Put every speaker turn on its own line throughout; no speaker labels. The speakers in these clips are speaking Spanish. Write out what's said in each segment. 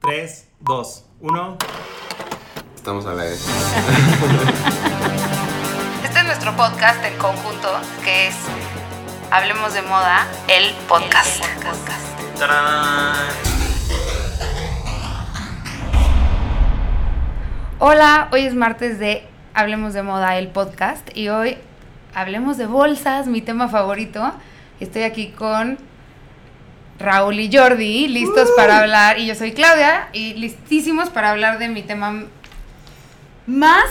3, 2, 1.
Estamos a la vez.
Este es nuestro podcast en conjunto, que es Hablemos de Moda, el podcast. Hola, hoy es martes de Hablemos de Moda, el podcast, y hoy hablemos de bolsas, mi tema favorito. Estoy aquí con Raúl y Jordi, listos para hablar, y yo soy Claudia, y listísimos para hablar de mi tema más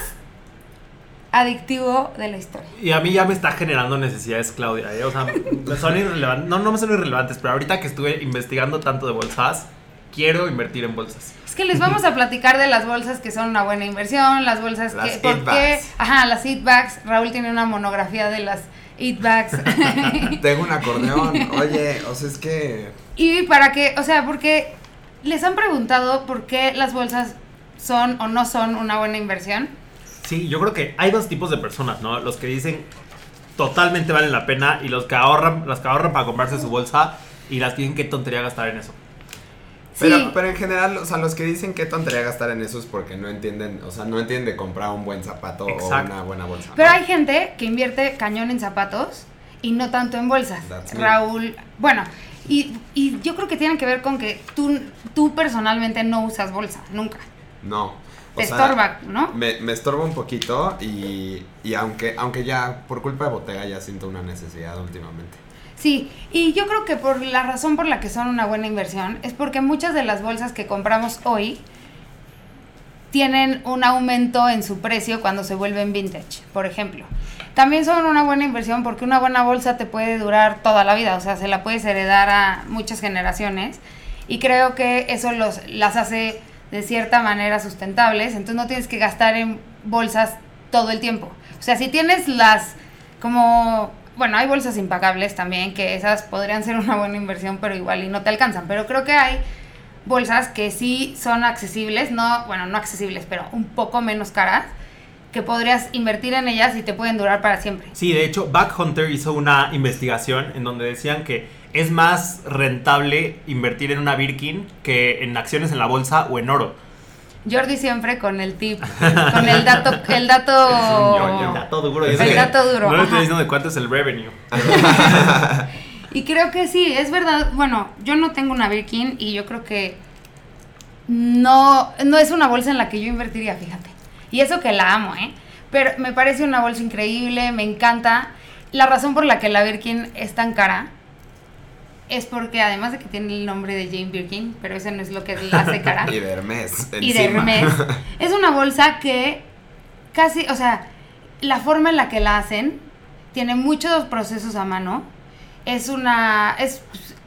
adictivo de la historia.
Y a mí ya me está generando necesidades, Claudia. ¿eh? O sea, me son irrelevantes. No, no me son irrelevantes, pero ahorita que estuve investigando tanto de bolsas, quiero invertir en bolsas.
Es que les vamos a platicar de las bolsas que son una buena inversión, las bolsas
Las
que...
eat
¿Por qué?
bags.
Ajá, las eat bags. Raúl tiene una monografía de las eat bags.
Tengo un acordeón. Oye, o sea, es que.
y para que, o sea, porque les han preguntado por qué las bolsas son o no son una buena inversión.
Sí, yo creo que hay dos tipos de personas, ¿no? Los que dicen totalmente valen la pena y los que ahorran, las que ahorran para comprarse su bolsa y las que dicen qué tontería gastar en eso.
Pero,
sí,
pero en general, o sea, los que dicen qué tontería gastar en eso es porque no entienden, o sea, no entienden de comprar un buen zapato
Exacto.
o una buena bolsa.
pero
¿no?
hay gente que invierte cañón en zapatos y no tanto en bolsas.
That's me.
Raúl, bueno, y, y yo creo que tienen que ver con que tú, tú personalmente no usas bolsa, nunca.
No. o
Te
sea,
estorba, ¿no?
Me, me estorba un poquito y, y aunque, aunque ya por culpa de Bottega ya siento una necesidad últimamente.
Sí, y yo creo que por la razón por la que son una buena inversión es porque muchas de las bolsas que compramos hoy tienen un aumento en su precio cuando se vuelven vintage, por ejemplo. También son una buena inversión porque una buena bolsa te puede durar toda la vida, o sea, se la puedes heredar a muchas generaciones y creo que eso los, las hace de cierta manera sustentables, entonces no tienes que gastar en bolsas todo el tiempo. O sea, si tienes las como, bueno, hay bolsas impagables también, que esas podrían ser una buena inversión, pero igual y no te alcanzan, pero creo que hay bolsas que sí son accesibles, no, bueno, no accesibles, pero un poco menos caras, que podrías invertir en ellas y te pueden durar para siempre.
Sí, de hecho, Back Hunter hizo una investigación en donde decían que es más rentable invertir en una Birkin que en acciones en la bolsa o en oro.
Jordi siempre con el tip, con el dato, el
Es un ñoño.
dato...
duro.
El
Eso que
dato duro,
No le estoy
ajá.
diciendo de cuánto es el revenue.
Y creo que sí, es verdad. Bueno, yo no tengo una Birkin y yo creo que no, no es una bolsa en la que yo invertiría, fíjate. Y eso que la amo, ¿eh? Pero me parece una bolsa increíble, me encanta. La razón por la que la Birkin es tan cara es porque además de que tiene el nombre de Jane Birkin, pero ese no es lo que la hace cara
Y de Hermes.
y de
encima.
Hermes. Es una bolsa que casi, o sea, la forma en la que la hacen tiene muchos procesos a mano. Es una es,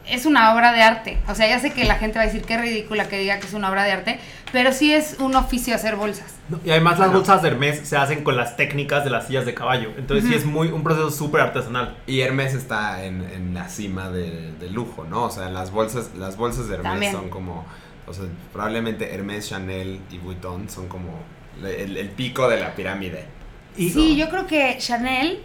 es una obra de arte. O sea, ya sé que la gente va a decir que ridícula que diga que es una obra de arte, pero sí es un oficio hacer bolsas.
No, Y además las bolsas de Hermes se hacen con las técnicas de las sillas de caballo. Entonces sí es muy un proceso súper artesanal.
Y Hermes está en, en la cima del del lujo, ¿no? O sea, las bolsas, las bolsas de Hermes
También.
son como, o sea, probablemente Hermes, Chanel y Vuitton son como le- el, el pico de la pirámide.
Y,
Sí, yo creo que Chanel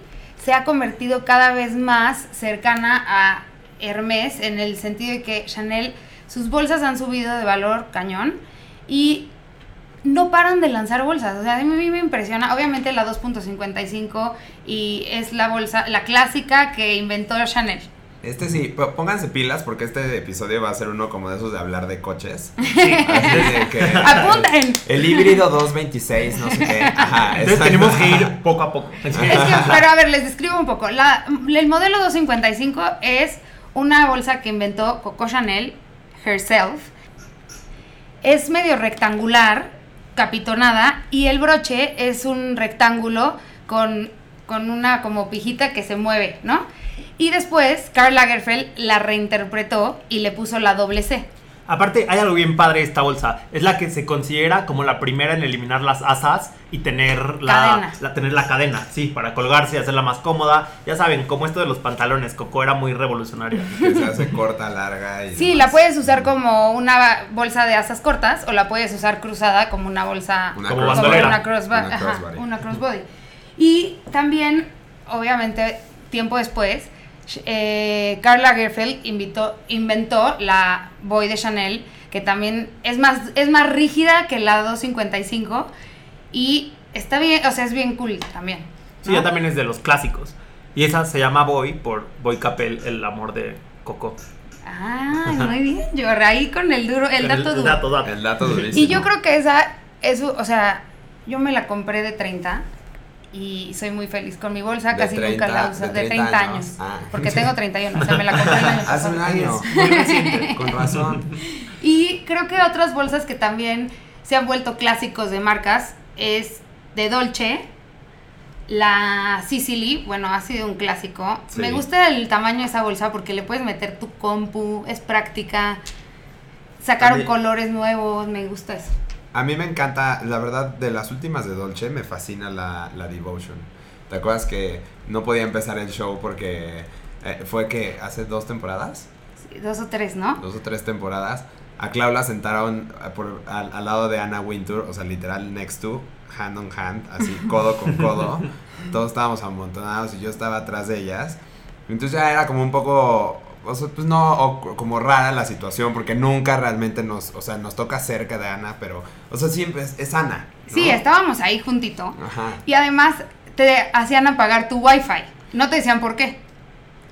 se ha convertido cada vez más cercana a Hermes en el sentido de que Chanel, sus bolsas han subido de valor cañón y no paran de lanzar bolsas. O sea, a mí me impresiona, obviamente la 2.55 y es la bolsa, la clásica que inventó Chanel.
Este sí, po- pónganse pilas porque este episodio va a ser uno como de esos de hablar de coches.
sí.
Así de que-
¡Apunten!
El híbrido 226, no sé qué. Ajá,
Entonces
exacto.
tenemos que ir poco a poco.
Es que, pero a ver, les describo un poco. La- el modelo 255 es una bolsa que inventó Coco Chanel herself. Es medio rectangular, capitonada, y el broche es un rectángulo con, con una como pijita que se mueve, ¿no? Y después Karl Lagerfeld la reinterpretó y le puso la doble C.
Aparte, hay algo bien padre de esta bolsa. Es la que se considera como la primera en eliminar las asas y tener la
Cadena.
la, tener la cadena, sí, para colgarse y hacerla más cómoda. Ya saben, como esto de los pantalones, Coco era muy revolucionaria.
Que se hace corta, larga y
Sí,
demás.
la puedes usar como una bolsa de asas cortas o la puedes usar cruzada como una bolsa
Una
Como
cross-
Como
bandolera.
una crossba-
Una
ajá,
crossbody.
una crossbody. Y también, obviamente, tiempo después, Sh- eh, Karl Lagerfeld invitó- inventó la Boy de Chanel que también es más, es más rígida que la 255 y está bien, o sea, es bien cool también.
Sí,
¿no?
ya también es de los clásicos. Y esa se llama Boy por Boy Capel, el amor de Coco.
Ah, muy bien, yo ahí con el duro, el dato duro.
dato, dato.
El dato durísimo.
Y yo creo que esa, es, o sea, yo me la compré de 30 y soy muy feliz con mi bolsa,
De
casi
30,
nunca la uso,
de 30
de 30,
años.
años,
Ah.
porque tengo 31, o sea, me la compré el año
Hace un
pasado.
año.
Es muy reciente.
Con razón.
Y creo que otras bolsas que también se han vuelto clásicos de marcas es de Dolce, la Sicily, bueno, ha sido un clásico.
Sí.
Me gusta el tamaño de esa bolsa porque le puedes meter tu compu, es práctica. Sacaron
También-
colores nuevos, me gusta eso.
A mí me encanta, la verdad, de las últimas de Dolce me fascina la, la Devotion. ¿Te acuerdas que no podía empezar el show porque eh, fue que hace dos temporadas,
Sí, Dos o tres, ¿no?
dos o tres temporadas, a Clau la sentaron a por- al, al lado de Anna Wintour, o sea, literal next to, hand on hand, así codo con codo. Todos estábamos amontonados y yo estaba atrás de ellas. Entonces ya era como un poco, o sea, pues no, o c- como rara la situación porque nunca realmente nos, o sea, nos toca cerca de Ana, pero, o sea, siempre es, es Ana. ¿no?
Sí, estábamos ahí juntito.
Ajá.
Y además te hacían apagar tu wifi. No te decían por qué.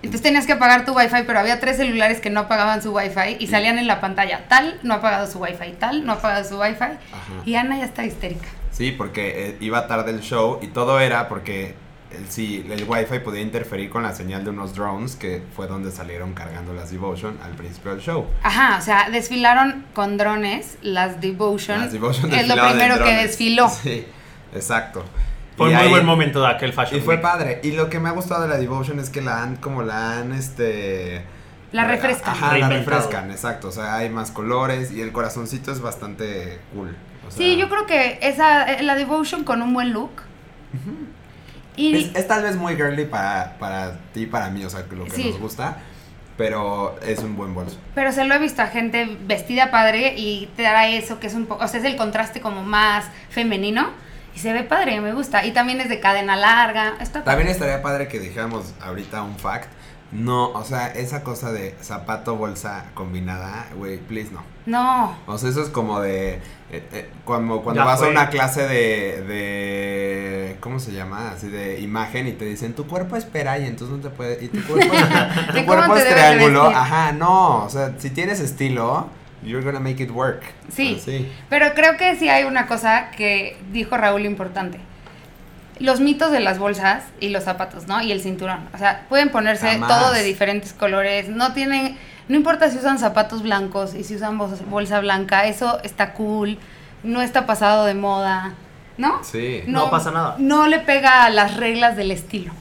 Entonces tenías que apagar tu wifi, pero había tres celulares que no apagaban su wifi y salían en la pantalla. Tal no ha apagado su wifi, tal no ha apagado su wifi.
Ajá.
Y Ana ya está histérica.
Sí, porque eh, iba tarde el show y todo era porque el, sí, el wifi podía interferir con la señal de unos drones que fue donde salieron cargando las Devotion al principio del show.
Ajá, o sea, desfilaron con drones las Devotion.
Las Devotion
es lo
desfilaban en
primero que
drones.
desfiló.
Sí, exacto.
Fue
Y
un muy
ahí-
buen momento de aquel Fashion
Y fue
Week.
padre. Y lo que me ha gustado de la Devotion es que la han, como la han, este...
La refrescan.
Ajá, la
Reinventado.
refrescan, exacto. O sea, hay más colores y el corazoncito es bastante cool. O sea,
Sí, yo creo que esa, eh, la Devotion con un buen look. Y
Es, es tal vez muy girly para, para ti y para mí, o sea, lo que
Sí.
nos gusta, pero es un buen bolso.
Pero se lo he visto a gente vestida padre y te dará eso que es un poco, o sea, es el contraste como más femenino y se ve padre, me gusta. Y también es de cadena larga, está padre.
También estaría padre que dijéramos ahorita un fact. No, o sea, esa cosa de zapato, bolsa combinada, güey, please no.
No,
O sea, eso es como de. eh, eh, como cuando
Ya
vas
fue.
a una clase de, de. ¿Cómo se llama? Así de imagen y te dicen, tu cuerpo espera y entonces no te puede. Y tu cuerpo, tu
¿De cómo
cuerpo
te
es
debes de
triángulo.
vestir?
Ajá, no. O sea, si tienes estilo, you're gonna make it work.
Sí.
Así.
pero creo que sí hay una cosa que dijo Raúl importante. Los mitos de las bolsas y los zapatos, ¿no? Y el cinturón. O sea, pueden ponerse
Jamás.
todo de diferentes colores, no tienen, no importa si usan zapatos blancos y si usan bolsa, bolsa blanca, eso está cool, no está pasado de moda, ¿no?
Sí.
No pasa nada.
No le pega a las reglas del estilo.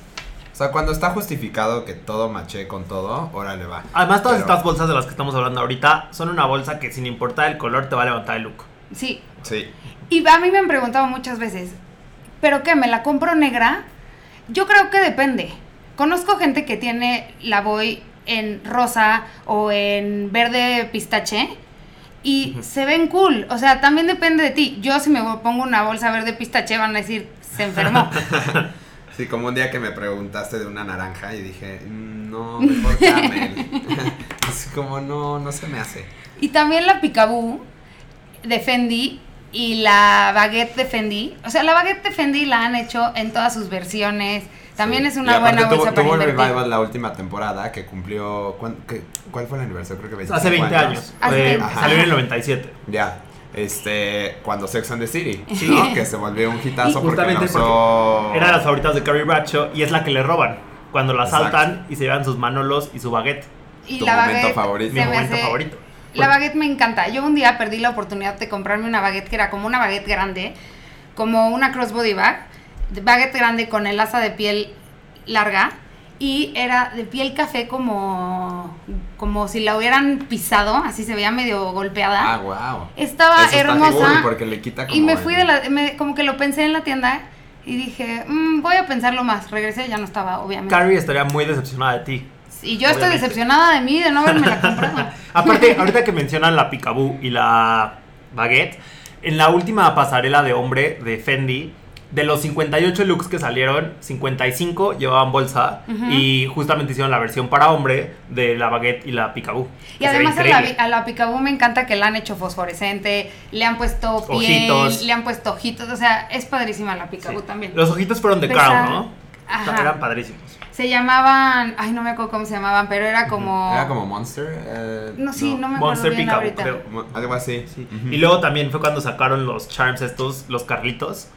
O sea, cuando está justificado que todo maché con todo, órale va.
Además, todas
Pero-
estas bolsas de las que estamos hablando ahorita son una bolsa que, sin importar el color, te va a levantar el look.
Sí.
Sí.
Y a mí me han preguntado muchas veces, ¿pero qué? ¿Me la compro negra? Yo creo que depende. Conozco gente que tiene la Boy en rosa o en verde pistache y se ven cool. O sea, también depende de ti. Yo si me pongo una bolsa verde pistache van a decir, se enfermó.
Sí, como un día que me preguntaste de una naranja y dije, "Mm, no, mejor caramel. es como, no, no se me hace.
Y también la Picaboo de Fendi y la Baguette de Fendi. O sea, la Baguette de Fendi la han hecho en todas sus versiones. También
Sí.
es
Y
una
aparte
buena
tuvo-
bolsa
tuvo
para
el
invertir.
revival la última temporada que cumplió. ¿cuán- qué- ¿Cuál fue el aniversario? Creo que 25
Hace 20 años.
Hace
Eh,
20,
salió en
ajá.
el 97.
Ya. Este, cuando Sex and the City,
Sí.
¿no? que se volvió un hitazo porque
Justamente
lanzó...
Era de las favoritas de Carrie Bradshaw y es la que le roban cuando la
Exacto.
saltan y se llevan sus manolos y su baguette.
Y
tu
la
momento
Baguette
favorito.
Mi
se me
momento
hace-
favorito.
La Baguette me encanta. Yo un día perdí la oportunidad de comprarme una Baguette que era como una Baguette grande, como una crossbody bag, de Baguette grande con el asa de piel larga y era de piel café como como si la hubieran pisado, así se veía medio golpeada.
Ah, wow.
Estaba
Eso está
hermosa.
cool, porque le quita
Y
como
me fui
el-
de la, me- como que lo pensé en la tienda y dije, "Mm, voy a pensarlo más. Regresé, ya no estaba, obviamente.
Carrie estaría muy decepcionada de ti.
y yo estoy
obviamente.
decepcionada de mí de no haberme la comprado.
Aparte, ahorita que mencionan la Picaboo y la Baguette, en la última pasarela de hombre de Fendi de los 58 looks que salieron, 55 llevaban bolsa
Ujú.
y justamente hicieron la versión para hombre de la baguette y la picabú.
Y además a la, a la Picaboo me encanta que la han hecho fosforescente, le han puesto piel,
Ojitos.
le han puesto ojitos, o sea, es padrísima la Picaboo también.
Los ojitos fueron de
Pesar-
Crown, ¿no?
Ajá.
Eran padrísimos.
Se llamaban, ay, no me acuerdo cómo se llamaban, pero era como...
Era como Monster. eh,
No, sí, no, me acuerdo
Monster
bien
Picaboo,
ahorita.
creo.
Mo- Algo así. Ujú.
Y luego también fue cuando sacaron los charms estos, los carlitos.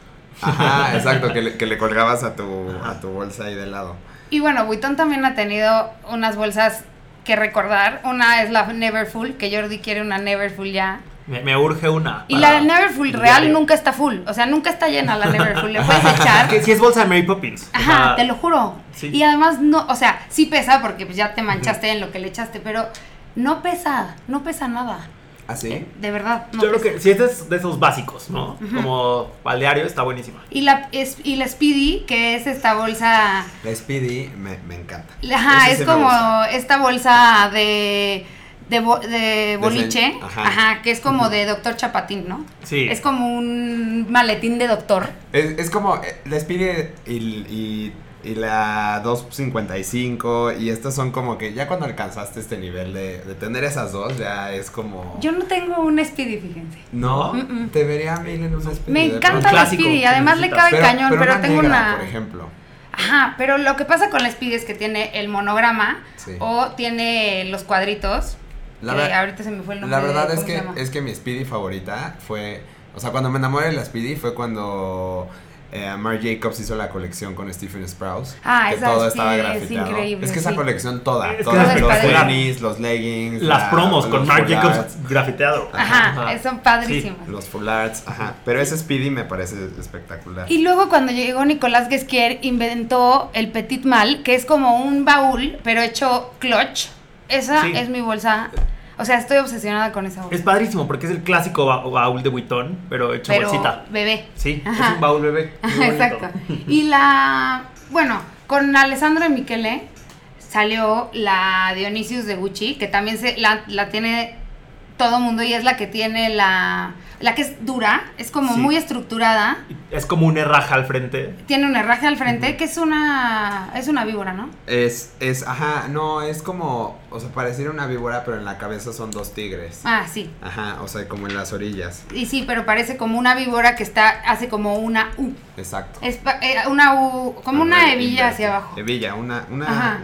Ajá, exacto, que le, que le colgabas a tu, a tu bolsa ahí de lado.
Y bueno, Vuitton también ha tenido unas bolsas que recordar. Una es la Neverfull, que Jordi quiere una Neverfull ya.
Me, me urge una.
Y
para
la Neverfull
el
real
diario.
nunca está full, o sea, nunca está llena la Neverfull, le puedes echar.
Que si es bolsa de Mary Poppins. o
Ajá,
sea,
te lo juro.
sí.
Y además no, o sea, sí pesa porque pues ya te manchaste en lo que le echaste, pero no pesa, no pesa nada.
¿Así?
De verdad, no
Yo creo
pesa.
que si es de- de esos básicos, ¿no? Como al diario está buenísima.
Y la es- y la Speedy, que es esta bolsa,
La Speedy me, me encanta.
ajá,
Ese
es
sí me
como
gusta.
esta bolsa de de, bo- de boliche,
sen-
ajá.
ajá.
que es como de doctor chapatín, ¿no?
Sí.
Es como un maletín de doctor.
Es, es como eh, la Speedy y, y- y la 255 y estas son como que ya cuando alcanzaste este nivel de, de tener esas dos ya es como...
Yo no tengo un Speedy, fíjense.
No,
Mm-mm.
te vería a mí en una Speedy.
Me
de
encanta
Un
la
clásico
Speedy,
que
además le
necesitas.
cabe
pronto.
cañón, pero, tengo
negra,
una
Por ejemplo.
Ajá, pero lo que pasa con la Speedy es que tiene el monograma
Sí.
o tiene los cuadritos.
La
que
ver-
ahorita se me fue el nombre.
La verdad
de-
es
¿cómo se
que,
llama?
es que mi Speedy favorita fue. O sea, cuando me enamoré de la Speedy fue cuando eh, Marc Jacobs hizo la colección con Stephen Sprouse.
Ah,
que
esa
todo
Speedy
estaba
es
grafiteado.
increíble,
Es que esa
sí.
colección toda.
Es que
toda,
es
los
padre.
tenis, los leggings.
Las
la-
promos
los
con Marc
full
Jacobs
arts,
grafiteado.
Ajá,
Ajá.
son padrísimos.
Los full arts, ajá. Pero ese Speedy me parece espectacular.
Y luego cuando llegó Nicolás Guesquier inventó el Petit Mal, que es como un baúl, pero hecho clutch. Esa
Sí.
es mi bolsa. O sea, estoy obsesionada con esa bolsa.
Es padrísimo porque es el clásico ba- baúl de Vuitton, pero hecho
pero
bolsita.
bebé.
Sí,
Ajá.
es un baúl bebé. muy bonito.
Exacto. Y la, bueno, con Alessandro Michele salió la Dionysius de Gucci, que también se, la, la tiene todo mundo y es la que tiene la, la que es dura, es como
Sí.
muy estructurada,
Es como una raja al frente.
tiene un herraje al frente, que es una, es una víbora, ¿no?
Es, es, ajá, no, es como, o sea, pareciera una víbora, pero en la cabeza son dos tigres.
Ah, sí.
Ajá, o sea, como en las orillas.
Y sí, pero parece como una víbora que está, hace como una U.
Exacto.
Es pa- eh, una U, como una
Ajá,
hebilla
invertida.
hacia
Em.
abajo.
Hebilla, una, una,
Ajá.
ajá.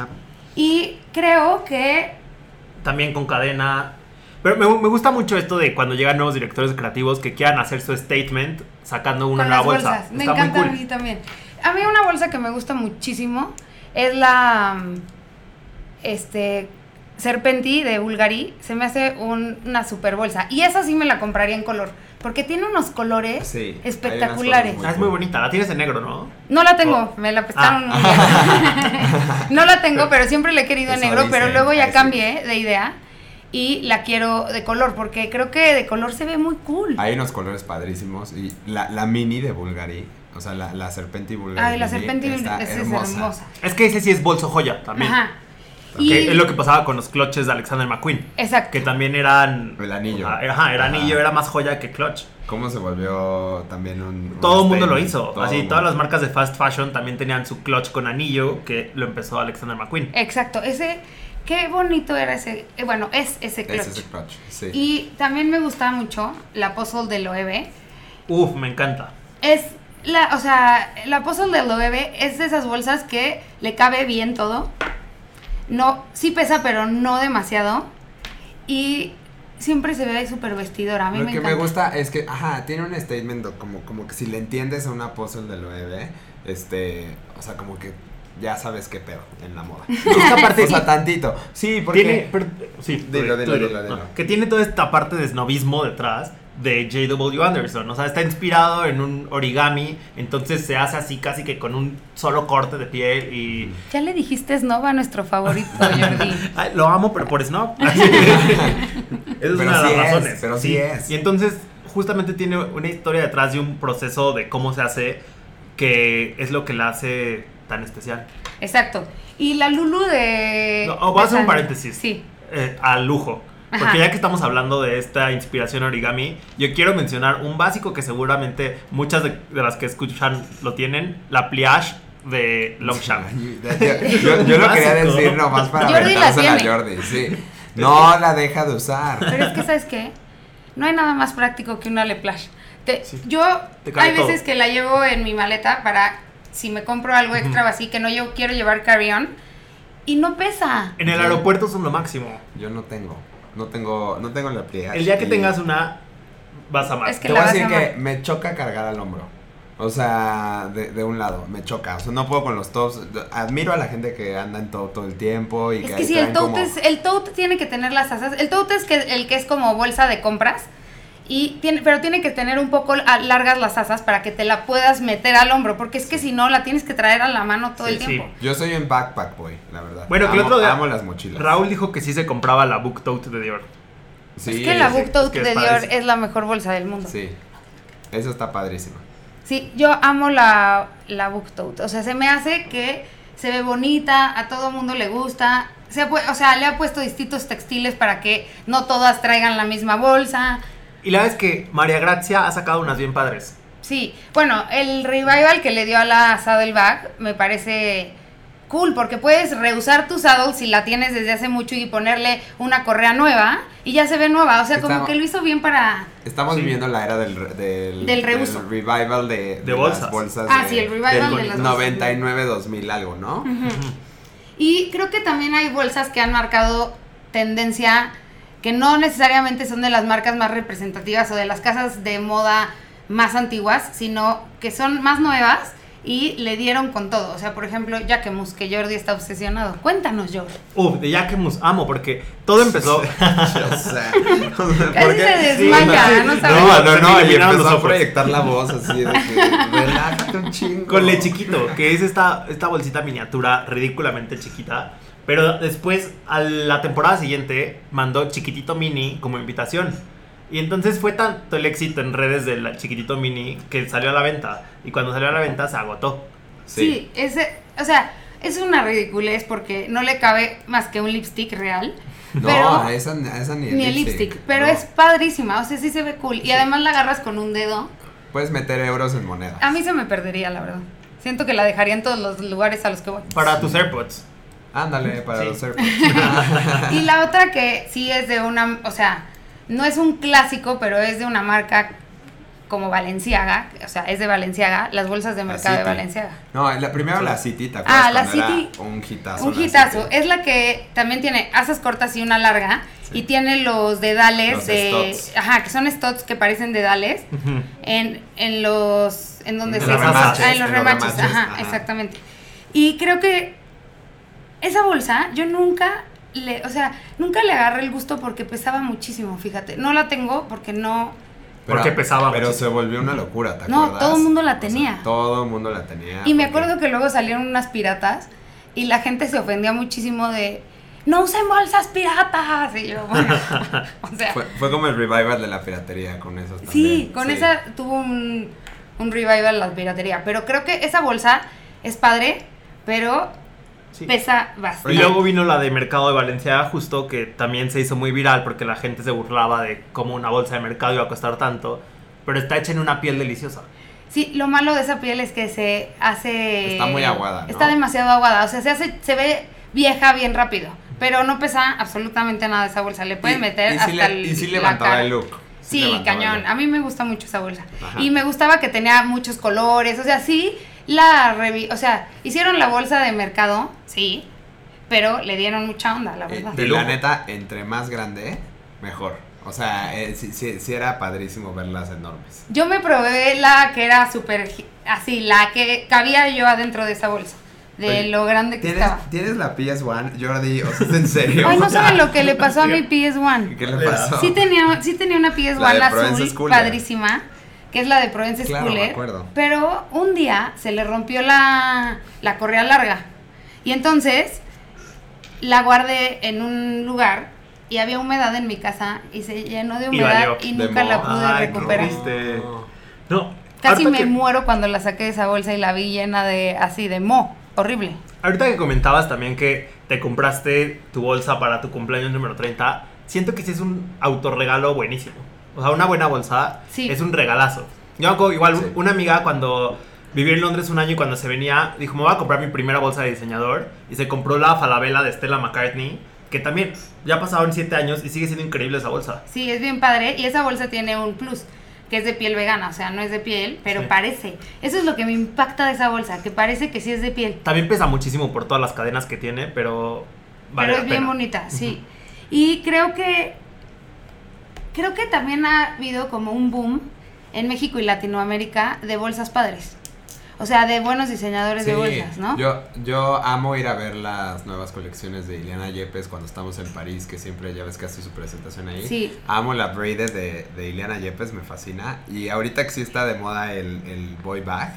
ajá.
Y creo que
También con cadena. Pero me, me gusta mucho esto de cuando llegan nuevos directores creativos que quieran hacer su statement sacando una
con
nueva
las
bolsa.
bolsas. Me
Está muy
encanta a
cool.
mí también. A mí una bolsa que me gusta muchísimo es la mm, este Serpenti de Bulgari. Se me hace un- una super bolsa. Y esa sí me la compraría en color. Porque tiene unos colores
Sí, hay unas
espectaculares.
cosas
Ah, es muy bonita. La tienes en negro, ¿no?
No la tengo, me la prestaron un día. no la tengo, pero siempre la he querido en
Eso
negro, pero
dicen,
luego ya
eso
cambié de idea y la quiero de color, porque creo que de color se ve muy cool.
Hay unos colores padrísimos y la, la mini de Bulgari, o sea, la, la serpente y Bulgari.
Ay, la
mini
Serpenti
está
es hermosa.
Es que ese sí es bolso joya también.
Ajá.
Que
Y-
es lo que pasaba con los clutches de Alexander McQueen.
Exacto.
Que también eran.
El anillo.
Ajá, Ajá, era
Ajá.
anillo, era más joya que clutch.
¿Cómo se volvió también un... un
Todo el mundo lo
statement?
hizo.
Todo
Así,
mundo.
todas las marcas de fast fashion también tenían su clutch con anillo que lo empezó Alexander McQueen.
Exacto, ese, qué bonito era ese, eh, bueno, es ese clutch.
Es ese clutch, sí.
Y también me gustaba mucho la puzzle de Loewe.
Uf, me encanta.
Es la, o sea, la puzzle de Loewe es de esas bolsas que le cabe bien todo. No, sí pesa, pero no demasiado. Y siempre se ve súper vestidora. A mí
Lo
me
que
encanta.
me gusta es que, ajá, tiene un statement o como, como que si le entiendes a una puzzle del 9, este, o sea, como que ya sabes qué pedo en la moda.
parte-
o sea, tantito. Sí, porque...
Tiene, pero- sí,
Dilo,
tú-
dilo,
tú
dilo,
dilo.
dilo.
No, que tiene toda esta parte de snobismo detrás de J.W. Anderson. O sea, está inspirado en un origami, entonces se hace así casi que con un solo corte de piel y...
Mm.
Ya le dijiste Snova, nuestro favorito, Jordi.
Ay, lo amo, pero por snob. Esa es
Pero
una de las
sí es,
razones.
pero sí es.
Y entonces, justamente tiene una historia detrás de un proceso de cómo se hace que es lo que la hace tan especial.
Exacto. Y la Lulu de...
No, oh, voy a
de
hacer un
San-
paréntesis.
Sí.
Eh, a lujo. Porque
Ajá.
ya que estamos hablando de esta inspiración origami, yo quiero mencionar un básico que seguramente muchas de, de las que escuchan lo tienen, la pliage de Longshan.
Yo, yo- yo lo quería
Básico.
decir nomás para
Jordi la
aventársela
tiene.
a Jordi, sí. No la deja de usar.
Pero es que, ¿sabes qué? No hay nada más práctico que una Leplash. Te-
Sí.
Yo
Te cabe
hay veces
todo.
que la llevo en mi maleta para si me compro algo extra o así que no yo quiero llevar carry-on y no pesa.
En el aeropuerto son lo máximo.
Yo no tengo. No tengo, no tengo la pliega.
El día que
Y
tengas una, vas a más.
Es que
Te voy
la
a
vas
decir
a amar.
que me choca cargar al hombro. O sea, de, de un lado, me choca. O sea, no puedo con los tops. Admiro a la gente que anda en todo todo el tiempo y
Es
ahí
que si
traen
el tote
como-
es- el tote tiene que tener las asas. El tote es que el que es como bolsa de compras y tiene, pero tiene que tener un poco a- largas las asas para que te la puedas meter al hombro, porque es que si no la tienes que traer a la mano todo
Sí,
el
sí.
tiempo.
Yo soy un backpack boy, la verdad.
Bueno, que el
Amo-
otro día-
Amo las mochilas.
Raúl dijo que sí se compraba la Book Tote de Dior.
Sí,
es que la
sí,
book tote
es que es
de Dior
padrísimo.
es la mejor bolsa del mundo.
Sí. Eso está padrísimo.
Sí, yo amo la, la book tote. O sea, se me hace que se ve bonita, a todo mundo le gusta. Se ha pu- o sea, le ha puesto distintos textiles para que no todas traigan la misma bolsa.
Y la vez que María Gracia ha sacado unas bien padres.
Sí, bueno, el revival que le dio a la saddleback me parece cool porque puedes reusar tu saddle si la tienes desde hace mucho y ponerle una correa nueva y ya se ve nueva. O sea, como
Está-
que lo hizo bien para...
Estamos
Sí.
viviendo la era del, re- del,
Del reuso.
del revival de, de
bolsas.
Las bolsas
Ah,
de-
sí, el revival
del
de las
bolsas.
99 2000 algo, ¿no?
Y creo que también hay bolsas que han marcado tendencia que no necesariamente son de las marcas más representativas o de las casas de moda más antiguas, sino que son más nuevas y le dieron con todo. O sea, por ejemplo, Jacquemus, que Jordi está obsesionado. Cuéntanos, Jordi.
Uf, de Jacquemus, amo, porque todo empezó.
o sea, ¿por qué?
se desmaya,
Sí,
no sabe.
No, no,
Se
no,
me
y
llenaron
empezó
los
a
ojos.
proyectar la voz así de que relájate un chingo.
Con Le Chiquito, que es esta, esta bolsita miniatura ridículamente chiquita. Pero después, a la temporada siguiente, mandó Chiquitito Mini como invitación. Y entonces fue tanto el éxito en redes de la Chiquitito Mini que salió a la venta. Y cuando salió a la venta se agotó.
Sí.
Sí, ese, o sea, es una ridiculez porque no le cabe más que un lipstick real.
No,
pero
a esa, a esa ni el
ni el lipstick, pero
no.
es padrísima, o sea, sí se ve cool. Y además la agarras con un dedo.
Puedes meter euros en moneda.
A mí se me perdería, la verdad. Siento que la dejaría en todos los lugares a los que voy.
Para tus AirPods.
Ándale, para
Sí.
los AirPods.
Y la otra que sí es de una, o sea, no es un clásico, pero es de una marca como Valenciaga, o sea, es de Valenciaga, las bolsas de
La
mercado de
City.
Valenciaga.
No, la, primero la City, ¿te acuerdas?
Ah, la
cuando era
City.
Un hitazo.
Un
la
hitazo.
City?
Es la que también tiene asas cortas y una larga. Y tiene los dedales
Los
de.
studs.
Ajá, que son stots que parecen dedales. en, en los. En donde
En
se.
los remaches,
ah, en los
en los
remaches.
remaches,
ajá,
ajá.
exactamente. Y creo que. Esa bolsa, yo nunca. Le, o sea, nunca le agarré el gusto porque pesaba muchísimo, fíjate. No la tengo porque no.
Porque pesaba
Pero
muchísimo.
se volvió una locura, ¿te
No,
acuerdas?
todo el mundo la
O sea,
tenía.
todo el mundo la tenía.
Y me
porque-
acuerdo que luego salieron unas piratas y la gente se ofendía muchísimo de no usen bolsas piratas. Y yo, bueno, o sea,
Fue, fue como el revival de la piratería con esos también.
sí, con esa tuvo un, un revival la piratería. Pero creo que esa bolsa es padre, pero
Sí.
pesa
Y
bastante.
luego vino la de Mercado de Valencia, justo que también se hizo muy viral porque la gente se burlaba de cómo una bolsa de mercado iba a costar tanto. Pero está hecha en una piel deliciosa.
Sí, lo malo de esa piel es que se hace...
Está muy aguada, ¿no?
Está demasiado aguada, o sea, se, hace, se ve vieja bien rápido. Pero no pesa absolutamente nada esa bolsa. Le puedes
Y- y
meter
sí
hasta
le-
el-
Y sí
la
levantaba
cara.
el look.
Sí,
levantaba el
cañón. ah,
look.
A mí me gusta mucho esa bolsa.
Ajá.
Y me gustaba que tenía muchos colores. O sea, sí, la revi O sea, hicieron la bolsa de mercado, sí, pero le dieron mucha onda, la
Eh,
verdad.
Y,
De
la
lujo.
neta, entre más grande, mejor. O sea, eh, sí, sí- sí era padrísimo verlas enormes.
Yo me probé la que era súper. gi- Así, la que cabía yo adentro de esa bolsa. De
Oye,
lo grande que
¿Tienes,
estaba.
¿Tienes la PS1, Jordi? O sea, ¿es en serio?
Ay, no saben lo que le pasó a mi PS1.
¿Qué le pasó?
Sí tenía, sí tenía una
La
PS1
de Provenza
azul
Schooler.
padrísima, que es la de Provenza
Claro, me
Schooler,
acuerdo.
pero un día se le rompió la, la correa larga y entonces la guardé en un lugar y había humedad en mi casa y se llenó de humedad
valió.
y,
De
nunca la
mo-
pude
Ay, qué
recuperar.
triste. No.
Casi
ahorita
me
que-
muero cuando la saqué de esa bolsa y la vi llena de así de mo, horrible.
Ahorita que comentabas también que te compraste tu bolsa para tu cumpleaños número 30, siento que sí es un autorregalo buenísimo. O sea, una buena bolsa
Sí.
es un regalazo. Yo me acuerdo, igual, un-
Sí.
una amiga cuando vivió en Londres un año y cuando se venía, dijo, me voy a comprar mi primera bolsa de diseñador. Y se compró la Falabella de Stella McCartney, que también ya pasaron siete años y sigue siendo increíble esa bolsa.
Sí, es bien padre. Y esa bolsa tiene un plus, que es de piel vegana. O sea, no es de piel, pero
Sí.
parece. Eso es lo que me impacta de esa bolsa, que parece que sí es de piel.
También pesa muchísimo por todas las cadenas que tiene, pero vale
pero
la
es bien
pena.
bonita, sí. Y creo que. Creo que también ha habido como un boom en México y Latinoamérica de bolsas padres. O sea, de buenos diseñadores de
Sí,
bolsas, ¿no?
Yo, yo amo ir a ver las nuevas colecciones de Ileana Yepes cuando estamos en París, que siempre ya ves que hace su presentación ahí.
Sí.
Amo la braided de, de Ileana Yepes, me fascina. Y ahorita que sí está de moda el, el boy bag,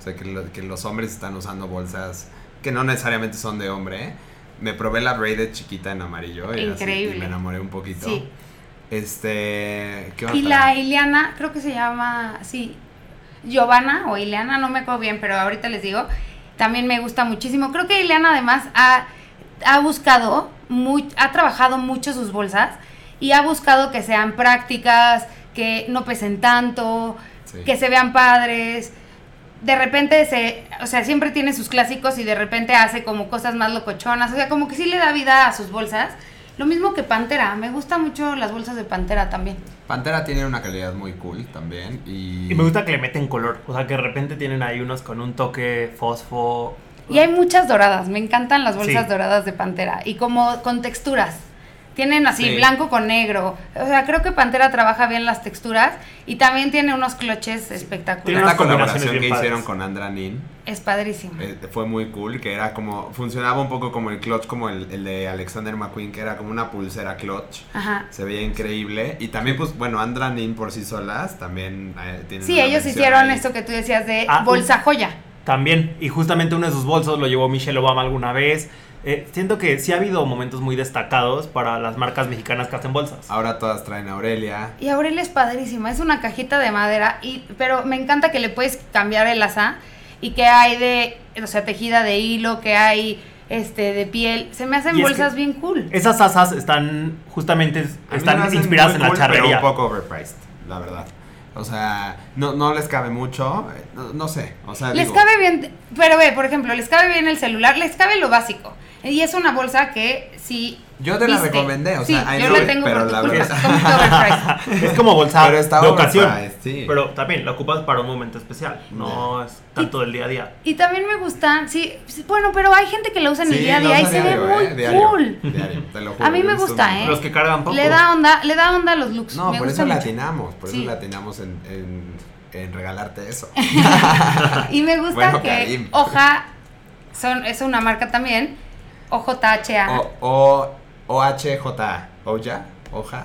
o sea, que, lo- que los hombres están usando bolsas que no necesariamente son de hombre. Me probé la braided chiquita en amarillo y, era así,
Increíble.
y me enamoré un poquito.
Sí.
Este, ¿qué
Y
otra?
la Ileana, creo que se llama, sí, Giovanna o Ileana, no me acuerdo bien, pero ahorita les digo, también me gusta muchísimo. Creo que Ileana además ha, ha buscado, muy, ha trabajado mucho sus bolsas y ha buscado que sean prácticas, que no pesen tanto,
Sí.
que se vean padres. De repente se, o sea, siempre tiene sus clásicos y de repente hace como cosas más locochonas, o sea, como que sí le da vida a sus bolsas. Lo mismo que Pantera, me gustan mucho las bolsas de Pantera también.
Pantera tiene una calidad muy cool también. Y,
Y me gusta que le meten color. O sea, que de repente tienen ahí unos con un toque fosfo.
Y hay muchas doradas, me encantan las bolsas
Sí.
doradas de Pantera. Y como con texturas. Tienen así
Sí.
blanco con negro. O sea, creo que Pantera trabaja bien las texturas y también tiene unos cloches
Tiene
espectaculares.
unas
Esta colaboración
combinaciones
que
bien
hicieron
padres.
con Andra Nin
Es padrísimo.
eh, fue muy cool, que era como, funcionaba un poco como el clutch, como el, el de Alexander McQueen, que era como una pulsera clutch.
Ajá.
Se veía increíble. Y también, pues, bueno, Andra Nin por sí solas también eh, tienen
Sí,
una
ellos
mención
hicieron
ahí.
esto que tú decías de
Ah,
bolsa joya.
También, y justamente uno de sus bolsos lo llevó Michelle Obama alguna vez. Eh, siento que sí ha habido momentos muy destacados para las marcas mexicanas que hacen bolsas.
Ahora todas traen a Aurelia.
Y Aurelia es padrísima, es una cajita de madera, y, pero me encanta que le puedes cambiar el asa y que hay de, o sea, tejida de hilo, que hay este de piel. Se me hacen
Y es
bolsas
que-
bien cool.
Esas asas están justamente
A mí se me
están
hacen
inspiradas
muy
en la
cool,
charrería.
Pero un poco overpriced, la verdad. O sea, no, no les cabe mucho. eh, No, no sé. O sea,
Les
digo,
cabe bien, pero ve, por ejemplo, les cabe bien el celular, les cabe lo básico. Y es una bolsa que sí.
Yo te la
viste.
recomendé, o
Sí,
sea, I
yo
know
la
it,
tengo
pero
por tu
la
culpa,
verdad-
está un poquito overpriced.
es como bolsa
Pero está este.
de ocasión.
overpriced, sí.
Pero también la ocupas para un momento especial. No es tanto del día a día.
Y también me gustan, sí, sí, bueno, pero hay gente que la usa en el
Sí,
día a
lo
día y
uso
se ve
diario,
muy
eh, diario,
cool.
diario, te lo juro,
A mí
yo he
me
visto
gusta,
un-
¿eh?
Los que cargan poco.
Le da onda, le da onda a los looks.
No,
me
por
gusta
eso
mucho.
latinamos, por
Sí.
eso latinamos en, en, en regalarte eso.
Y me gusta
Bueno,
que
Karim.
Hoja son, es una marca también. OJHA.
O, o, OHJA, Oja, Oja.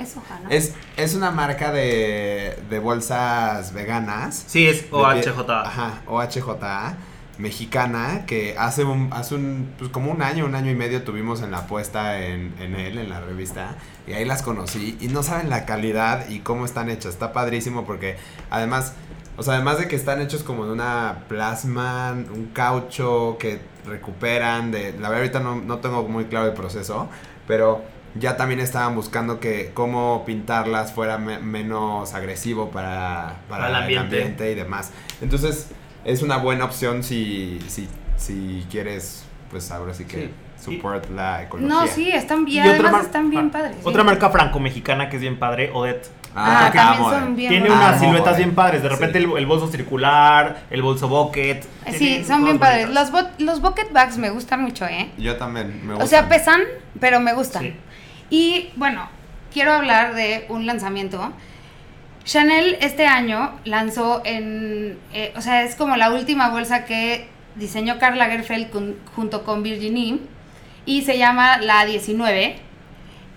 Es Hoja, ¿no?
Es, es una marca de, de bolsas veganas.
Sí, es
de pie-
OHJ.
Ajá, OHJA mexicana que hace un, hace un, pues como un año, un año y medio tuvimos en la apuesta en, en él, en la revista, y ahí las conocí y no saben la calidad y cómo están hechas, está padrísimo porque además, o sea, además de que están hechos como de una plasma, un caucho que recuperan, de, la verdad ahorita no, no tengo muy claro el proceso, pero ya también estaban buscando que cómo pintarlas fuera me- menos agresivo para, para
Para el ambiente.
y demás. Entonces, es una buena opción si, si, si quieres, pues ahora sí que
Sí.
support la ecología.
no, sí, están bien.
Y otra
Además
mar-
están bien
ah,
padres. sí.
Otra marca franco-mexicana que es bien padre, Odette.
Ah,
que
también
amo,
son
eh.
bien
Tiene
bonitas.
unas
Ah,
siluetas
ok.
bien padres. De repente
Sí.
el, el bolso circular, el bolso bucket.
Sí,
tiene
son bien
cosas
padres.
bonitas.
Los, bo- los bucket bags me gustan mucho, ¿eh?
Yo también, me
O sea,
gustan.
pesan, pero me gustan.
Sí.
Y bueno, quiero hablar de un lanzamiento. Chanel este año lanzó en, eh, o sea, es como la última bolsa que diseñó Karl Lagerfeld con- junto con Virginie y se llama la 19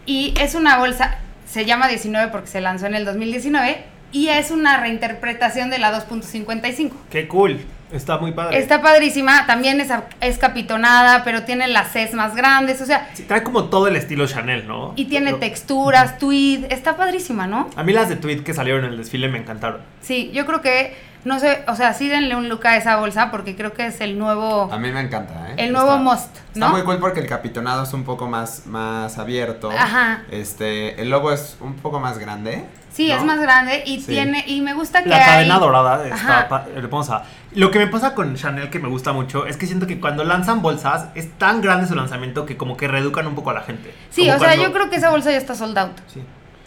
y es una bolsa, se llama 19 porque se lanzó en el 2019 y es una reinterpretación de la 2.55.
Qué cool. Está muy padre.
Está padrísima, también es, a- es capitonada, pero tiene las Cs más grandes, o sea,
Sí, trae como todo el estilo Chanel, ¿no?
y tiene
Lo-
texturas, tweed, está padrísima, ¿no?
A mí las de tweet que salieron en el desfile me encantaron.
Sí, yo creo que, no sé, o sea, sí denle un look a esa bolsa porque creo que es el nuevo,
A mí me encanta, ¿eh?
el nuevo
Está-
most,
Está
¿no?
muy cool porque el capitonado es un poco más, más abierto.
Ajá.
Este, el logo es un poco más grande.
Sí,
¿no?
es más grande y
Sí.
tiene, y me gusta que
La
hay...
cadena dorada está
Ajá.
pa- hermosa. Lo que me pasa con Chanel que me gusta mucho es que siento que cuando lanzan bolsas es tan grande su lanzamiento que como que reeducan un poco a la gente.
Sí,
Como
o sea,
cuando-
yo creo que esa bolsa ya está sold out.
sí.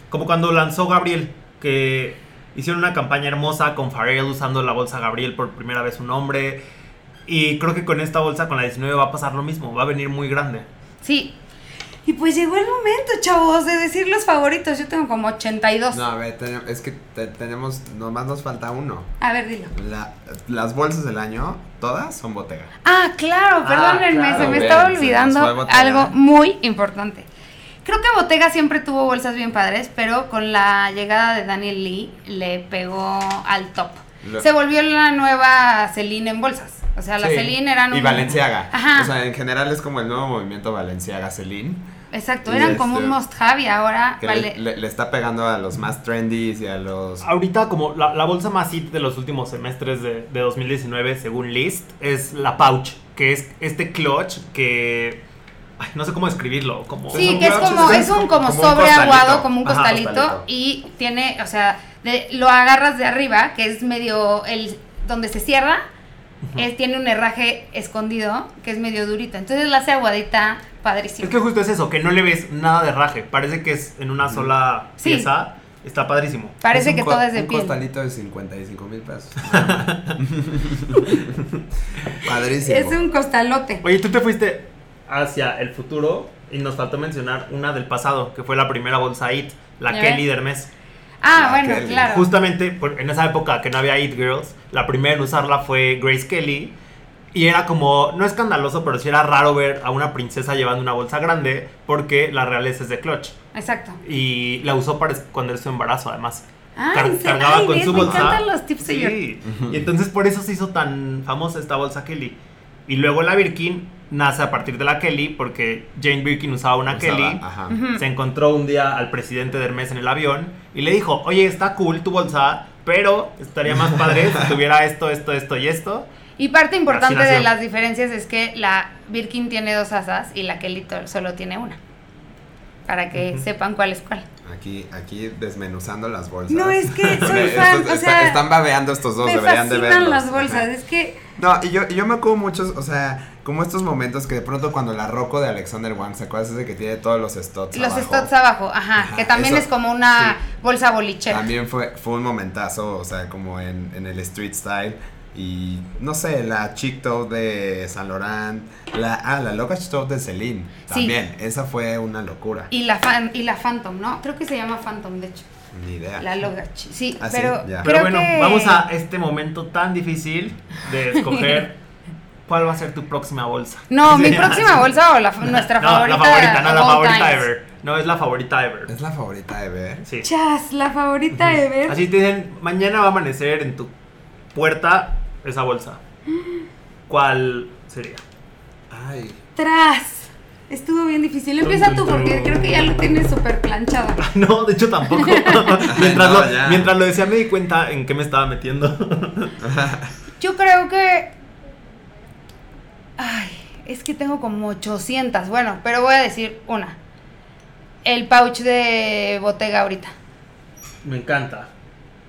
Como cuando lanzó Gabriel, que hicieron una campaña hermosa con Pharrell usando la bolsa Gabriel por primera vez su nombre. Y creo que con esta bolsa, con la 19, va a pasar lo mismo. Va a venir muy grande.
Sí. Y pues llegó el momento, chavos, de decir los favoritos. Yo tengo como 82.
No, a ver, te- es que te- tenemos, nomás nos falta uno.
A ver, dilo.
La- las bolsas del año, todas son Bottega.
Ah, claro,
Ah,
perdónenme,
claro,
se me
bien,
estaba
se nos
olvidando
pues, fue Bottega.
algo muy importante. Creo que Bottega siempre tuvo bolsas bien padres, pero con la llegada de Daniel Lee le pegó al top.
Lo-
Se volvió la nueva Celine en bolsas. O sea, la
Sí.
Celine eran
Y
un-
Valenciaga.
Ajá.
O sea, en general es como el nuevo movimiento Valenciaga Celine.
Exacto,
y
eran como
este-
un must have y ahora
Que
vale.
le, le- le está pegando a los más trendy y a los.
Ahorita como la, la bolsa más hit de los últimos semestres de, de 2019, según List, es la pouch, que es este clutch que... ay, no sé cómo escribirlo, como...
Es
Sí,
un
que es
brooch,
como,
es
es un
como-
como
como un
sobre
costalito.
aguado, como un
Ajá,
costalito,
costalito.
y tiene, o sea, de- lo agarras de arriba, que es medio el donde se cierra, es- tiene un herraje escondido, que es medio durito. Entonces la hace aguadita, padrísimo.
Es que justo es eso, que no le ves nada de raje, parece que es en una sola
Sí.
pieza, está padrísimo.
Parece
un
que
co-
todo es de
un
piel.
costalito de 55 mil pesos. Nada más. Padrísimo.
Es un costalote.
Oye, tú te fuiste hacia el futuro y nos faltó mencionar una del pasado, que fue la primera bolsa hit, la
Ya
Kelly
ves.
de Hermes.
Ah,
Ah,
bueno,
Kelly.
claro.
Justamente por- en esa época que no había It Girls, la primera en usarla fue Grace Kelly. Y era como, no escandaloso, pero sí era raro ver a una princesa llevando una bolsa grande porque la realeza es de clutch.
Exacto.
Y la usó para esconder su embarazo, además.
Ah,
Car-
en serio,
cargaba
ay,
con
ves,
su
me
bolsa.
encantan los tips, señor.
Sí. Y entonces por eso se hizo tan famosa esta bolsa Kelly. Y luego la Birkin nace a partir de la Kelly porque Jane Birkin usaba una
Usaba-
Kelly.
Ajá.
Ujú.
Se encontró un día al presidente de Hermes en el avión y le dijo, oye, está cool tu bolsa, pero estaría más padre si tuviera esto, esto, esto y esto.
Y parte importante
nació.
de las diferencias es que la Birkin tiene dos asas y la Kelly to- solo tiene una. Para que
Ujú.
sepan cuál es cuál.
Aquí, aquí desmenuzando las bolsas.
No, es que soy
Estos-
fan, o
está-
sea,
están babeando estos dos,
Me
deberían de verlos.
fascinan las
Ajá.
bolsas, es que
No, y yo, y yo me acuerdo muchos, o sea, como estos momentos que de pronto cuando la Roco de Alexander Wang, ¿se acuerdas ese que tiene todos los stots
los
abajo?
stots abajo, ajá,
Ajá,
que también
eso-
es como una bolsa bolichera.
También fue, fue un momentazo, o sea, como en, en el street style. Y no sé, la Chic Toe de San Laurent, la, ah, la Loca Chic Toe de Celine,
Sí.
también, esa fue una locura,
Y la fan, y la Phantom, ¿no? Creo que se llama Phantom, de hecho.
ni idea.
La Logach. Sí,
Ah, sí,
pero
ya.
creo
Pero bueno,
que-
vamos a este momento tan difícil de escoger cuál va a ser tu próxima bolsa.
No, mi
Sí.
próxima bolsa o la, nuestra
No,
favorita.
la favorita, no
of
la
all
favorita
times.
ever. No, es la favorita ever.
Es la favorita de ver.
Sí.
Chas, la favorita ever.
Así te dicen, mañana va a amanecer en tu puerta esa bolsa. ¿Cuál sería?
Ay,
Tras. Estuvo bien difícil. Empieza tú porque creo que ya lo tienes súper planchado.
No, de hecho tampoco. mientras,
no,
lo,
ya.
mientras lo decía me di cuenta en qué me estaba metiendo.
Yo creo que. Ay, es que tengo como 800. Bueno, pero voy a decir una. El pouch de Bottega ahorita.
me encanta.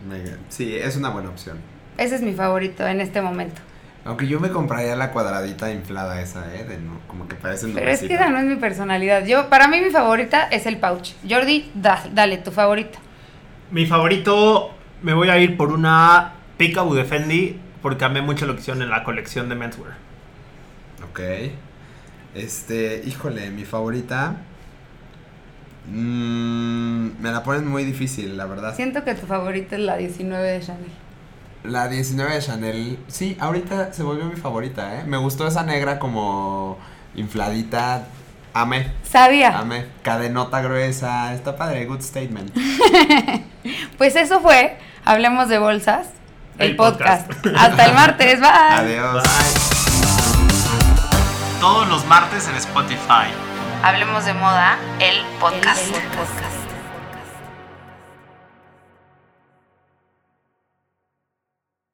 me- sí, es una buena opción.
Ese es mi favorito en este momento.
Aunque yo me compraría la cuadradita inflada esa, ¿eh? De no- como que parece un
Pero es que
nubecita.
esa no es mi personalidad. Yo, para mí mi favorita es el pouch. Jordi, da- dale, tu favorita.
Mi favorito, me voy a ir por una Peekaboo de Fendi porque amé mucho lo que hicieron en la colección de menswear.
Ok. Este, híjole, mi favorita. Mm, me la ponen muy difícil, la verdad.
Siento que tu favorita es la 19 de Chanel.
La 19 de Chanel. Sí, ahorita se volvió mi favorita, ¿eh? Me gustó esa negra como infladita. Amé,
Sabía.
amé. Cadenota gruesa. Está padre, good statement.
Pues eso fue. Hablemos de bolsas. el, podcast. Hasta el martes, bye.
Adiós.
Todos los martes en Spotify.
Hablemos de moda, el podcast.
El- el podcast.